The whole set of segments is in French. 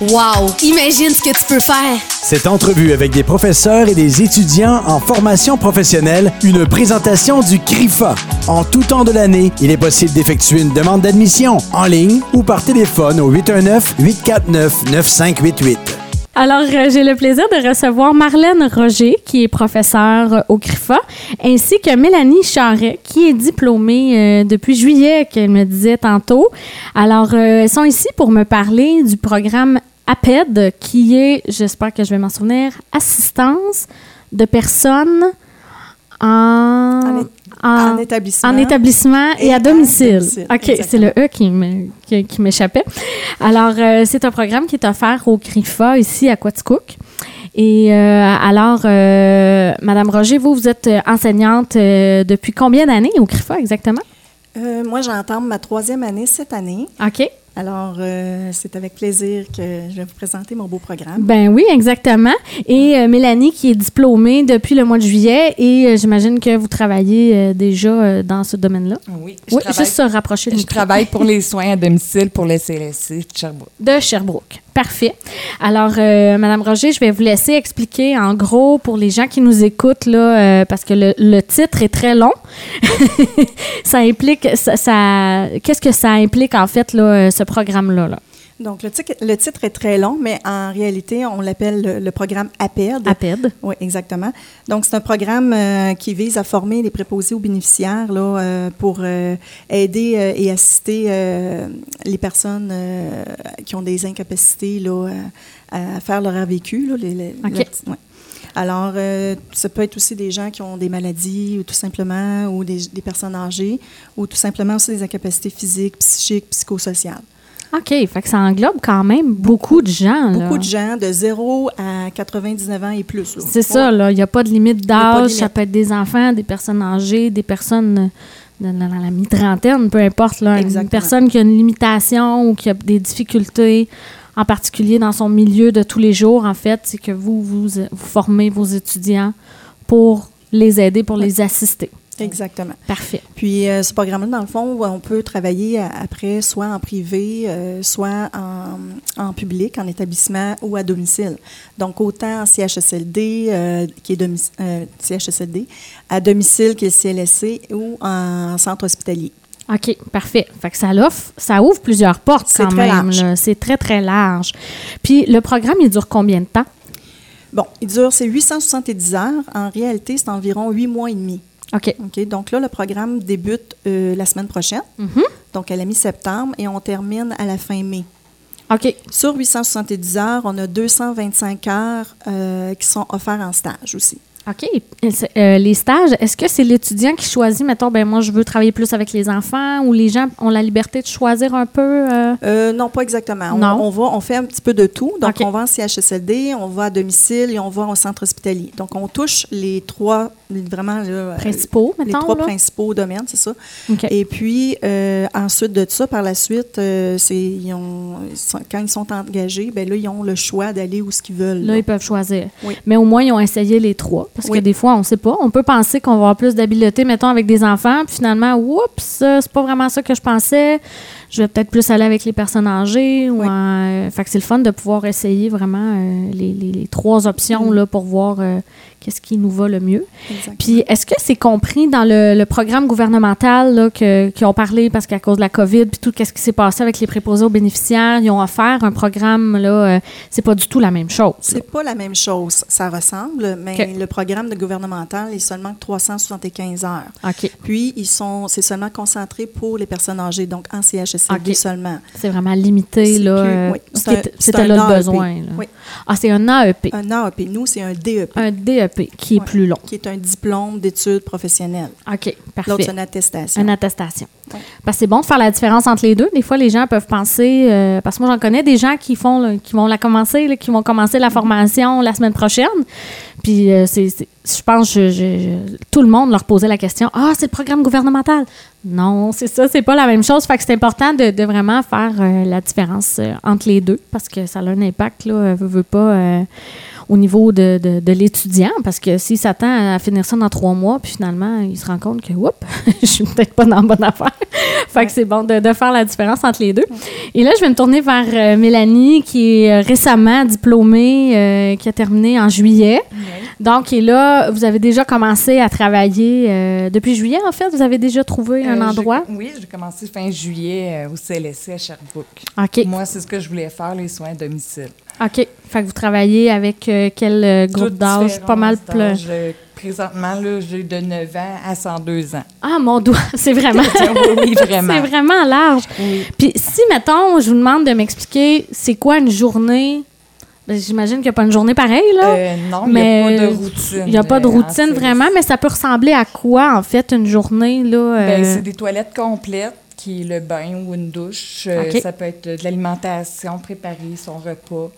Wow! Imagine ce que tu peux faire! Cette entrevue avec des professeurs et des étudiants en formation professionnelle, une présentation du CRIFA. En tout temps de l'année, il est possible d'effectuer une demande d'admission en ligne ou par téléphone au 819-849-9588. Alors, euh, j'ai le plaisir de recevoir Marlène Roger, qui est professeure euh, au CRIFA, ainsi que Mélanie Charret, qui est diplômée euh, depuis juillet, qu'elle me disait tantôt. Alors, euh, elles sont ici pour me parler du programme APED, qui est, j'espère que je vais m'en souvenir, assistance de personnes En en, é- en établissement. en établissement et, Et à à domicile. domicile, OK, c'est le E qui me- qui- qui m'échappait. Alors, euh, c'est un programme qui est offert au CRIFA ici à Quaticook. Et euh, alors, euh, Madame Roger, vous, vous êtes euh, enseignante euh, depuis combien d'années au CRIFA exactement? Euh, moi, j'entends ma troisième année cette année. OK. Alors, euh, c'est avec plaisir que je vais vous présenter mon beau programme. Ben oui, exactement. Et euh, Mélanie, qui est diplômée depuis le mois de juillet, et euh, j'imagine que vous travaillez euh, déjà euh, dans ce domaine-là. Oui, je, Oui, travaille, juste se rapprocher du je travaille pour les soins à domicile pour les CLSC de Sherbrooke. de Sherbrooke. Parfait. Alors, euh, Madame Roger, je vais vous laisser expliquer en gros pour les gens qui nous écoutent, là, euh, parce que le, le titre est très long. ça implique, ça, ça- qu'est-ce que ça implique en fait, là, euh, ce programme-là? là? Donc, le, tic- le titre est très long, mais en réalité, on l'appelle le, le programme APED. APED. Oui, exactement. Donc, c'est un programme euh, qui vise à former les préposés aux bénéficiaires là, euh, pour euh, aider euh, et assister euh, les personnes euh, qui ont des incapacités là, euh, à faire leur vécu. Là, les- les- OK. leur petit- ouais. Alors, euh, ça peut être aussi des gens qui ont des maladies, ou tout simplement, ou des, des personnes âgées, ou tout simplement aussi des incapacités physiques, psychiques, psychosociales. OK, fait que ça englobe quand même beaucoup de gens. là. Beaucoup de gens de 0 à 99 ans et plus. là. C'est ça, là. Il n'y a pas de limite a pas de d'âge. limite. Ça peut être des enfants, des personnes âgées, des personnes euh, dans, dans la mi-trentaine, peu importe. Là, une Exactement. personne qui a une limitation ou qui a des difficultés, en particulier dans son milieu de tous les jours, en fait, c'est que vous, vous, euh, vous formez vos étudiants pour les aider, pour les assister. Exactement. Parfait. Puis euh, ce programme-là, dans le fond, on peut travailler à- après soit en privé, euh, soit en, en public, en établissement ou à domicile. Donc autant en CHSLD, euh, qui est domic- euh, CHSLD, à domicile qui est CLSC ou en centre hospitalier. OK, parfait. Fait que ça l'offre, ça ouvre plusieurs portes C'est quand très même. large. là. C'est très, très large. Puis le programme, il dure combien de temps? Bon, il dure, c'est 870 heures. En réalité, c'est environ 8 mois et demi. OK. OK, donc là, le programme débute euh, la semaine prochaine, donc à la mi-septembre, et on termine à la fin mai. OK. Sur 870 heures, on a 225 heures euh, qui sont offertes en stage aussi. OK. Et c'est- euh, les stages, est-ce que c'est l'étudiant qui choisit, mettons, ben moi, je veux travailler plus avec les enfants ou les gens ont la liberté de choisir un peu? euh? Euh, non, pas exactement. On, Non. on va, on fait un petit peu de tout. Donc, OK. on va en CHSLD, on va à domicile et on va au centre hospitalier. Donc, on touche les trois, vraiment, là, euh, Principaux, les mettons, trois là. principaux domaines, c'est ça. OK. Et puis, euh, ensuite de ça, par la suite, euh, c'est, ils ont, ils sont- quand ils sont engagés, ben là, ils ont le choix d'aller où ce qu'ils veulent. Là, là. ils peuvent choisir. Oui. Mais au moins, ils ont essayé les trois. Parce que Oui. des fois, on ne sait pas. On peut penser qu'on va avoir plus d'habileté, mettons, avec des enfants. Puis finalement, oups, euh, c'est pas vraiment ça que je pensais. Je vais peut-être plus aller avec les personnes âgées. Ou Oui. en, euh, fait que c'est le fun de pouvoir essayer vraiment euh, les, les- les trois options Mm. là, pour voir euh, qu'est-ce qui nous va le mieux. Exact. Puis, est-ce que c'est compris dans le, le programme gouvernemental là, que, qui ont parlé parce qu'à cause de la COVID, puis tout quest ce qui s'est passé avec les préposés aux bénéficiaires, ils ont offert un programme, là, euh, c'est pas du tout la même chose. là. C'est pas la même chose. Ça ressemble, mais OK. le programme de gouvernemental est seulement 375 heures. OK. Puis, ils sont, c'est seulement concentré pour les personnes âgées, donc en CHSLD OK. seulement. C'est vraiment limité, C'est là. plus- euh, oui, ce qui c'est un- était- c'est C'était un là le AEP, besoin. là. oui. Ah, c'est un AEP, Un AEP, nous, c'est un DEP, un DEP qui est Ouais. plus long. qui est un diplôme d'études professionnelles. OK, L'autre, parfait. c'est une attestation. Une attestation. Ouais. Parce que c'est bon de faire la différence entre les deux. Des fois, les gens peuvent penser, euh, parce que moi, j'en connais des gens qui font, là, qui vont la commencer, là, qui vont commencer la formation la semaine prochaine. Puis, euh, c'est, c'est- je pense, je- je- je- tout le monde leur posait la question Ah, c'est le programme gouvernemental. Non, c'est ça, c'est pas la même chose. Fait que c'est important de, de vraiment faire euh, la différence euh, entre les deux parce que ça a un impact, là, euh, veut, veut pas. euh, au niveau de, de- de l'étudiant, parce que s'il s'attend à finir ça dans trois mois, puis finalement, il se rend compte que, oups, je suis peut-être pas dans la bonne affaire. fait que c'est bon de, de faire la différence entre les deux. Et là, je vais me tourner vers euh, Mélanie, qui est euh, récemment diplômée, euh, qui a terminé en juillet. Donc, et là, vous avez déjà commencé à travailler euh, depuis juillet, en fait. Vous avez déjà trouvé un Euh, endroit. j'ai- Oui, j'ai commencé fin juillet euh, au CLSC à Sherbrooke. OK. Moi, c'est ce que je voulais faire, les soins à domicile. OK. Fait que vous travaillez avec euh, quel euh, groupe Toutes d'âge? Pas mal différences plein. d'âge. Euh, Présentement, là, j'ai de 9 ans à 102 ans. Ah, mon doigt! C'est vraiment... Oui, vraiment. C'est vraiment large. Puis si, mettons, je vous demande de m'expliquer c'est quoi une journée... ben, J'imagine qu'il n'y a pas une journée pareille, là. Euh, non, il mais n'y a pas de routine. Il n'y a pas de euh, en routine, CLSC. vraiment, mais ça peut ressembler à quoi, en fait, une journée, là? Ben, euh, c'est des toilettes complètes, qui est le bain ou une douche. Euh, OK. Ça peut être de l'alimentation, préparer son repas,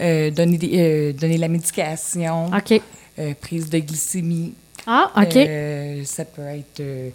euh, donner, des- euh, donner la médication, OK. euh, prise de glycémie. Ah, OK. Euh, ça peut être euh,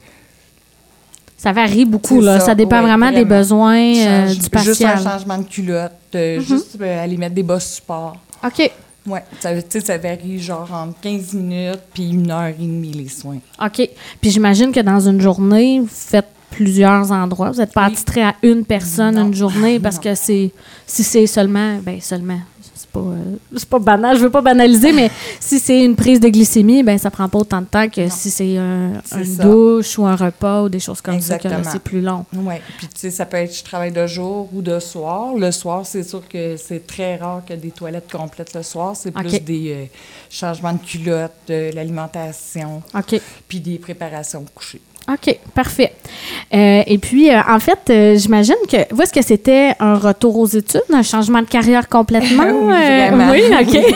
Ça varie beaucoup, C'est là. Ça, ça, dépend ouais, vraiment, des vraiment. besoins euh, du Mhm. change- juste un patient. changement de culotte, euh, juste euh, aller mettre des bosses support. OK. Ouais, ça, tu sais, ça varie genre entre 15 minutes puis une heure et demie les soins. OK. Puis j'imagine que dans une journée, vous faites plusieurs endroits. Vous n'êtes pas Oui. attitré à une personne Non. une journée parce Non. que c'est si c'est seulement ben seulement c'est pas euh, c'est pas banal, je veux pas banaliser mais si c'est une prise de glycémie, ben ça prend pas autant de temps que si c'est un- C'est une ça. douche ou un repas ou des choses comme ça que là, Exactement. c'est plus long. Oui, puis tu sais, ça peut être je travaille de jour ou de soir. Le soir, c'est sûr que c'est très rare que des toilettes complètes le soir. C'est plus OK. des euh, changements de culotte, de l'alimentation, OK. puis des préparations au coucher. OK, parfait. Euh, et puis, euh, en fait, euh, j'imagine que. Vous, est-ce que c'était un retour aux études, un changement de carrière complètement? Oui, Euh, vraiment. oui, OK.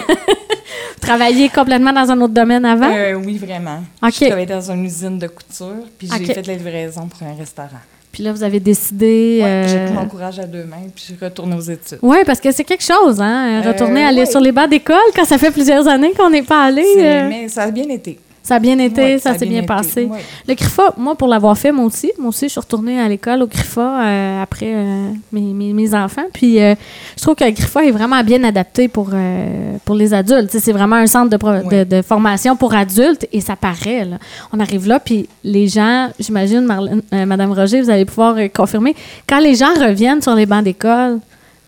Travailler complètement dans un autre domaine avant? Euh, oui, vraiment. OK. Je travaillais dans une usine de couture, puis j'ai OK. fait de la livraison pour un restaurant. puis là, vous avez décidé. Ouais, J'ai euh, pris mon courage à deux mains, puis je suis retournée aux études. ouais, parce que c'est quelque chose, hein? Euh, Retourner aller ouais. sur les bancs d'école quand ça fait plusieurs années qu'on n'est pas allé. C'est- euh, Mais ça a bien été. Ça a bien été, Ouais, ça, ça a s'est bien, bien été, passé. ouais. Le CRIFA, moi, pour l'avoir fait, moi aussi, moi aussi, je suis retournée à l'école au CRIFA euh, après euh, mes, mes, mes enfants. Puis, euh, je trouve que le CRIFA est vraiment bien adapté pour, euh, pour les adultes. Tu sais, c'est vraiment un centre de, pro- Ouais. de, de formation pour adultes et ça paraît. là. On arrive là, puis les gens, j'imagine, Marlène- euh, Madame Roger, vous allez pouvoir euh, confirmer, quand les gens reviennent sur les bancs d'école,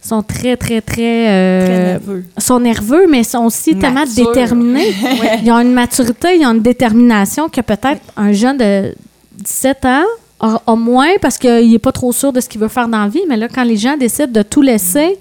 sont très, très, très... euh, Très nerveux. sont nerveux, mais sont aussi tellement Matures. déterminés. Ils ont une maturité, ils ont une détermination que peut-être un jeune de 17 ans a, a moins parce qu'il n'est pas trop sûr de ce qu'il veut faire dans la vie. Mais là, quand les gens décident de tout laisser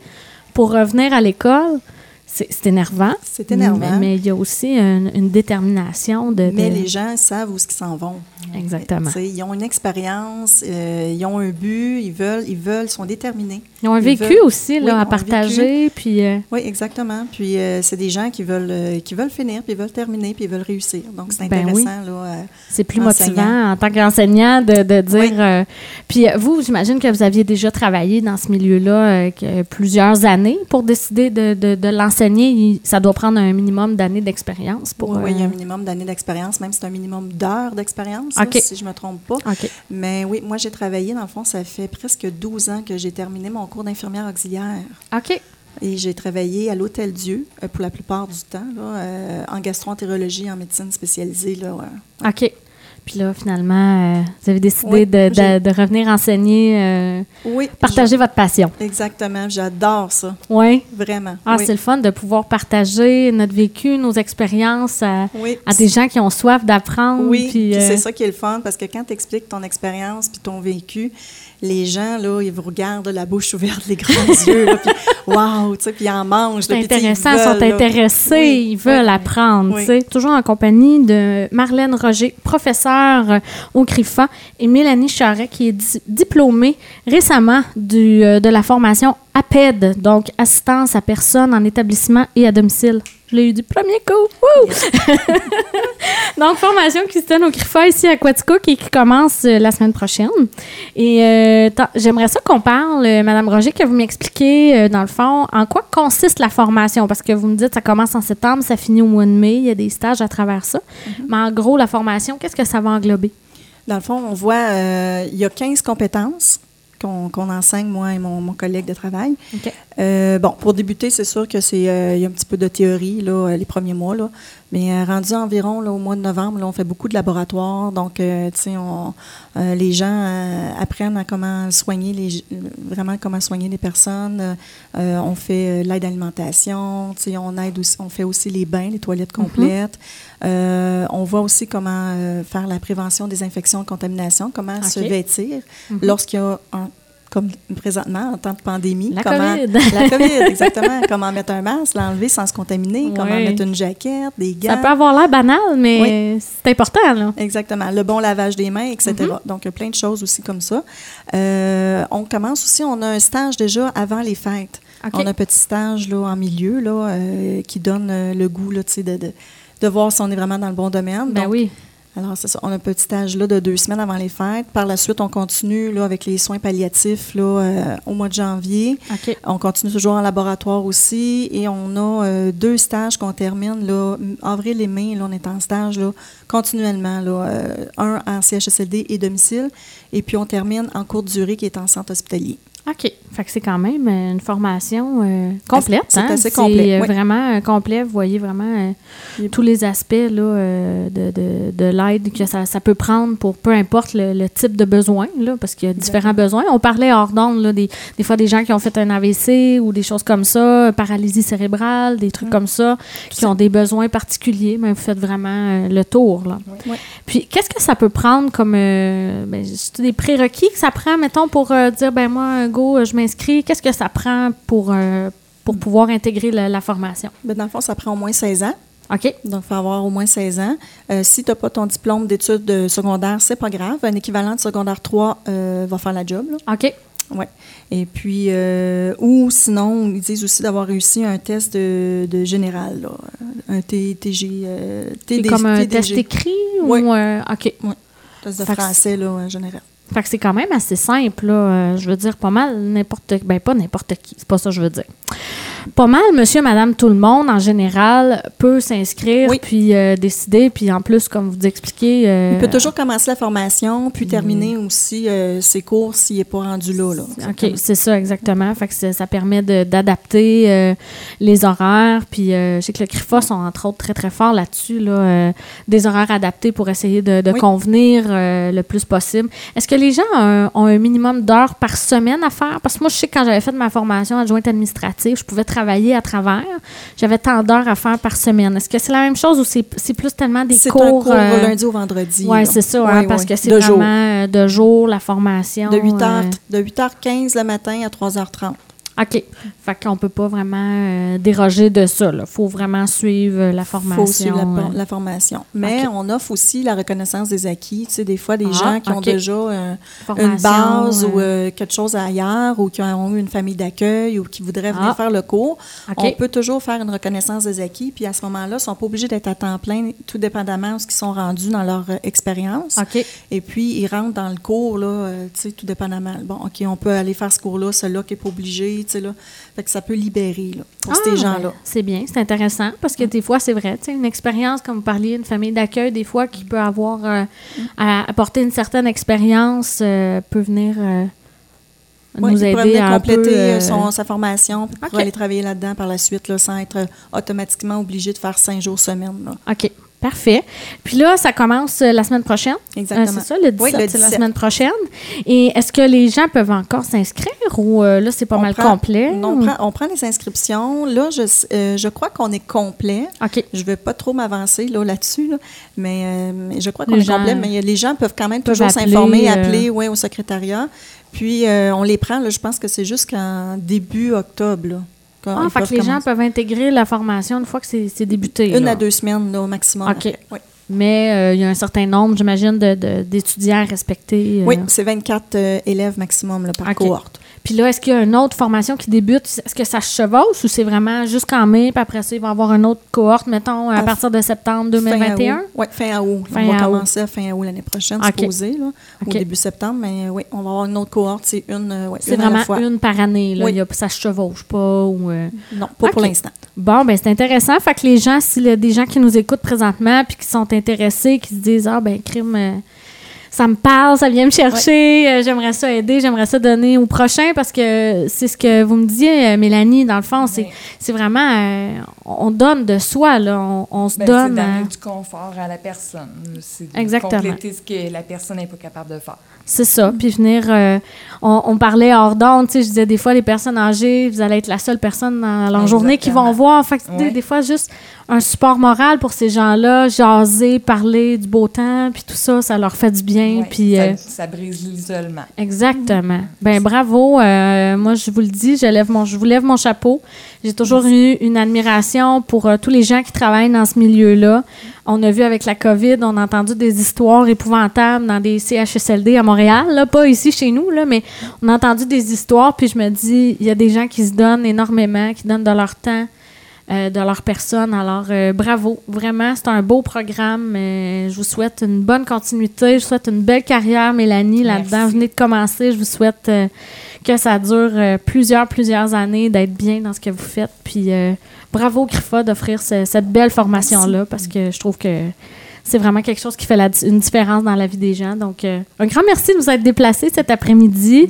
pour revenir à l'école, c'est c'est énervant. C'est énervant. Mais- Mais il y a aussi une, une détermination de. de- Mais les gens savent où ce qu'ils s'en vont. Exactement. Tu sais, Ils ont une expérience, euh, ils ont un but, ils veulent, ils veulent, sont déterminés. Ils ont un Ils vécu veulent- aussi Oui, là, ils ont à un vécu. partager. Puis, euh, Oui, exactement. Puis euh, c'est des gens qui veulent, euh, qui veulent finir, puis ils veulent terminer, puis ils veulent réussir. Donc c'est Ben intéressant oui. là. euh, C'est plus Enseignant. motivant en tant qu'enseignant de, de dire. Oui. euh, puis euh, vous, j'imagine que vous aviez déjà travaillé dans ce milieu-là euh, que- euh, plusieurs années pour décider de, de- de l'enseigner. Il- Ça doit prendre un minimum d'années d'expérience pour. Oui, oui, il y a euh, un minimum d'années d'expérience, même si c'est un minimum d'heures d'expérience, OK. là, si je ne me trompe pas. euh, OK. Mais oui, moi, j'ai travaillé, dans le fond, ça fait presque 12 ans que j'ai terminé mon cours d'infirmière auxiliaire. OK. Et j'ai travaillé à l'Hôtel Dieu euh, pour la plupart du temps, là, euh, en gastroentérologie, en médecine spécialisée. Là, ouais. OK. Puis là, finalement, euh, vous avez décidé Oui, de, de- j'ai- de revenir enseigner, euh, Oui. partager votre passion. je- Exactement, j'adore ça, Oui. vraiment. Ah, oui. c'est le fun de pouvoir partager notre vécu, nos expériences à, Oui. à des gens qui ont soif d'apprendre. Oui, puis, puis euh, c'est ça qui est le fun, parce que quand tu expliques ton expérience puis ton vécu, les gens, là, ils vous regardent la bouche ouverte, les grands yeux, là, puis waouh, tu sais, puis ils en mangent. C'est là, puis tu sais, ils intéressant, ils sont veulent, là. intéressés, Oui, ils veulent oui. apprendre. Oui. tu sais. Toujours en compagnie de Marlène Roger, professeure euh, au CRIFA, et Mélanie Charret, qui est di- diplômée récemment du, euh, de la formation APED, donc assistance à personne en établissement et à domicile. Je l'ai eu du premier coup. Wouh! Donc, formation qui se donne au CRIFA ici à Quaticook et qui commence euh, la semaine prochaine. Et euh, tant- j'aimerais ça qu'on parle, euh, Madame Roger, que vous m'expliquiez, euh, dans le fond, en quoi consiste la formation. Parce que vous me dites, ça commence en septembre, ça finit au mois de mai, il y a des stages à travers ça. Mais en gros, la formation, qu'est-ce que ça va englober? Dans le fond, on voit, euh, il y a 15 compétences qu'on qu'on enseigne, moi et mon, mon collègue de travail. OK. Euh, bon, pour débuter, c'est sûr que c'est euh, il y a un petit peu de théorie là, euh, les premiers mois, là. mais euh, rendu environ là, au mois de novembre, là, on fait beaucoup de laboratoires. Donc, euh, tu sais, on- euh, les gens euh, apprennent à comment soigner les vraiment comment soigner les personnes. Euh, euh, on fait euh, l'aide à l'alimentation, tu sais, on aide aussi, on fait aussi les bains, les toilettes complètes. Euh, on voit aussi comment euh, faire la prévention des infections et contaminations, comment se OK. vêtir lorsqu'il y a un comme présentement en temps de pandémie, La comment COVID. la COVID exactement, comment mettre un masque, l'enlever sans se contaminer, comment Ouais. mettre une jaquette, des Ça gants, peut avoir l'air banal, mais c'est important, là. Exactement. Le bon lavage des mains, etc. Mm-hmm. Donc, il y a plein de choses aussi comme ça. Euh, on commence aussi, on a un stage déjà avant les fêtes. OK. On a un petit stage là, en milieu là, euh, qui donne euh, le goût là, tu sais, de, de, de voir si on est vraiment dans le bon domaine. Ben Donc, oui. alors, c'est ça. On a un petit stage là, de deux semaines avant les fêtes. Par la suite, on continue là, avec les soins palliatifs là, euh, au mois de janvier. OK. On continue toujours en laboratoire aussi. Et on a euh, deux stages qu'on termine là, m- avril et mai. Là, on est en stage là, continuellement. Là, euh, un en CHSLD et domicile. Et puis, on termine en courte durée qui est en centre hospitalier. OK. Fait que c'est quand même euh, une formation euh, complète. C'est hein? assez complet, euh, oui. vraiment euh, complet. Vous voyez vraiment euh, tous les aspects là, euh, de, de- de l'aide que ça, ça peut prendre pour peu importe le, le type de besoin, là, parce qu'il y a différents besoins. On parlait hors d'onde là, des, des fois des gens qui ont fait un AVC ou des choses comme ça, paralysie cérébrale, des trucs comme ça, qui ont des besoins particuliers, mais vous faites vraiment euh, le tour. Là. Oui. Puis, qu'est-ce que ça peut prendre comme. euh, ben, c'est des prérequis que ça prend, mettons, pour euh, dire, ben moi, go, euh, je m'inscris. Qu'est-ce que ça prend pour, euh, pour pouvoir intégrer la, la formation? Ben, dans le fond, ça prend au moins 16 ans. OK? Donc, il faut avoir au moins 16 ans. Euh, si tu n'as pas ton diplôme d'études euh, secondaires, c'est pas grave. Un équivalent de secondaire 3 euh, va faire la job. là. OK? Ouais. Et puis, euh, ou sinon, ils disent aussi d'avoir réussi un test de, de général, là. un T- TG. euh, C'est TD comme un TDG, test écrit Oui. ou. euh, OK. test de Fait que français, là, en général. Fait que c'est quand même assez simple, là. Euh, je veux dire, pas mal n'importe... Ben, pas n'importe qui, c'est pas ça que je veux dire. Pas mal, monsieur, madame, tout le monde, en général, peut s'inscrire, Oui. puis euh, décider, puis en plus, comme vous expliquez... euh, Il peut toujours commencer la formation, Mm. puis terminer aussi euh, ses cours s'il n'est pas rendu là. là. OK, c'est ça, exactement. Fait que ça, ça permet de- d'adapter euh, les horaires. Puis euh, je sais que le CRIFA sont entre autres très, très forts là-dessus, là, euh, des horaires adaptés pour essayer de, de Oui. convenir euh, le plus possible. Est-ce que les gens euh, ont un minimum d'heures par semaine à faire? Parce que moi, je sais que quand j'avais fait ma formation adjointe administrative, je pouvais travailler à travers. J'avais tant d'heures à faire par semaine. Est-ce que c'est la même chose ou c'est c'est plus tellement des C'est un cours... cours euh, lundi au vendredi. Ouais, là. c'est ça, hein, Ouais, parce ouais. que c'est De jour. vraiment euh, de jour, la formation. De 8h, euh, de 8h15 le matin à 3h30. OK. Fait qu'on peut pas vraiment euh, déroger de ça. Il faut vraiment suivre euh, la Il formation. faut suivre la, euh. la formation. Mais OK. on offre aussi la reconnaissance des acquis. Tu sais, des fois, des Ah, gens qui ont OK. déjà euh, une Formation, base ou euh. euh, quelque chose ailleurs ou qui ont eu une famille d'accueil ou qui voudraient venir Ah. faire le cours, OK. on peut toujours faire une reconnaissance des acquis. Puis à ce moment-là, ils ne sont pas obligés d'être à temps plein, tout dépendamment de ce qu'ils sont rendus dans leur euh, expérience. OK. Et puis, ils rentrent dans le cours, là, euh, tu sais, tout dépendamment. Bon, OK, on peut aller faire ce cours-là, celui-là qui n'est pas obligé, tu sais, là. Fait que ça peut libérer, là, pour Ah, ces gens-là. ben, c'est bien, c'est intéressant parce que des fois, c'est vrai, tu sais, une expérience, comme vous parliez, une famille d'accueil, des fois, qui peut avoir euh, à apporter une certaine expérience, euh, peut venir euh, Oui, nous il pourrait aider venir à un peu, compléter euh, euh, son- sa formation pour OK. aller travailler là-dedans par la suite, là, sans être euh, automatiquement obligé de faire cinq jours semaine. là. OK, parfait. Puis là, ça commence euh, la semaine prochaine. Exactement. Euh, c'est ça, le 17, Oui, le c'est la 17. semaine prochaine. Et est-ce que les gens peuvent encore s'inscrire ou euh, là, c'est pas On mal prend- complet? non, ou- on, prend, on prend les inscriptions. Là, je, euh, je crois qu'on est complet. Ah, OK. Je ne vais pas trop m'avancer là, là-dessus, là, mais euh, mais je crois qu'on Les est gens- complet. Mais euh, les gens peuvent quand même peuvent toujours appeler, s'informer, euh, appeler ouais, au secrétariat. Puis, euh, on les prend, là, je pense que c'est jusqu'en début octobre. là, qu'on- Ah, ils fait que peuvent les gens commencer. peuvent intégrer la formation une fois que c'est c'est débuté. Une là. à deux semaines là, au maximum. OK. après. Oui. Mais euh, il y a un certain nombre, j'imagine, de- de- d'étudiants respectés. Oui, c'est 24 euh, élèves maximum là, par OK. cohorte. Puis là, est-ce qu'il y a une autre formation qui débute? Est-ce que ça se chevauche ou c'est vraiment jusqu'en mai, puis après ça, il va y avoir une autre cohorte, mettons, à, À partir de septembre Ah, Fin 2021? à août. Oui, fin à août. Fin on va à août. commencer à fin à août l'année prochaine, OK. supposé, là, OK. au début septembre. Mais euh, oui, on va avoir une autre cohorte, c'est une, euh, ouais, C'est une à la vraiment fois. une par année, là. Oui. Il y a- ça se chevauche pas ou... euh, Non, pas pour OK. l'instant. Bon, ben c'est intéressant. Fait que les gens, s'il y a des gens qui nous écoutent présentement puis qui sont intéressés, qui se disent Ah, ben crime, euh, ça me parle, ça vient me chercher, euh, j'aimerais ça aider, j'aimerais ça donner au prochain parce que c'est ce que vous me disiez, euh, Mélanie, dans le fond, c'est c'est vraiment, euh, on donne de soi, là, on, on se Ben, donne. euh, C'est à- donner du confort à la personne. C'est de Exactement. compléter ce que la personne n'est pas capable de faire. C'est Mm. ça. Puis venir, euh, on, on parlait hors d'onde, tu sais, je disais des fois, les personnes âgées, vous allez être la seule personne dans leur journée qui vont Exactement. voir. Fait que, tu sais, Ouais. des fois, juste un support moral pour ces gens-là, jaser, parler du beau temps, puis tout ça, ça leur fait du bien. Ouais, puis, ça, euh, ça brise l'isolement. Exactement. Ben bravo. euh, moi, je vous le dis, je lève mon, je vous lève mon chapeau. J'ai toujours eu une admiration pour euh, tous les gens qui travaillent dans ce milieu-là. On a vu avec la COVID, on a entendu des histoires épouvantables dans des CHSLD à Montréal, là, pas ici chez nous, là, mais on a entendu des histoires. Puis je me dis, il y a des gens qui se donnent énormément, qui donnent de leur temps. euh, de leur personne. Alors, euh, bravo. Vraiment, c'est un beau programme. Euh, je vous souhaite une bonne continuité. Je vous souhaite une belle carrière, Mélanie, là-dedans. Merci. Vous venez de commencer. Je vous souhaite euh, que ça dure euh, plusieurs, plusieurs années, d'être bien dans ce que vous faites. Puis, euh, bravo, Grifa, d'offrir ce- cette belle formation-là parce que je trouve que c'est vraiment quelque chose qui fait la di- une différence dans la vie des gens. Donc, euh, un grand merci de vous être déplacés cet après-midi.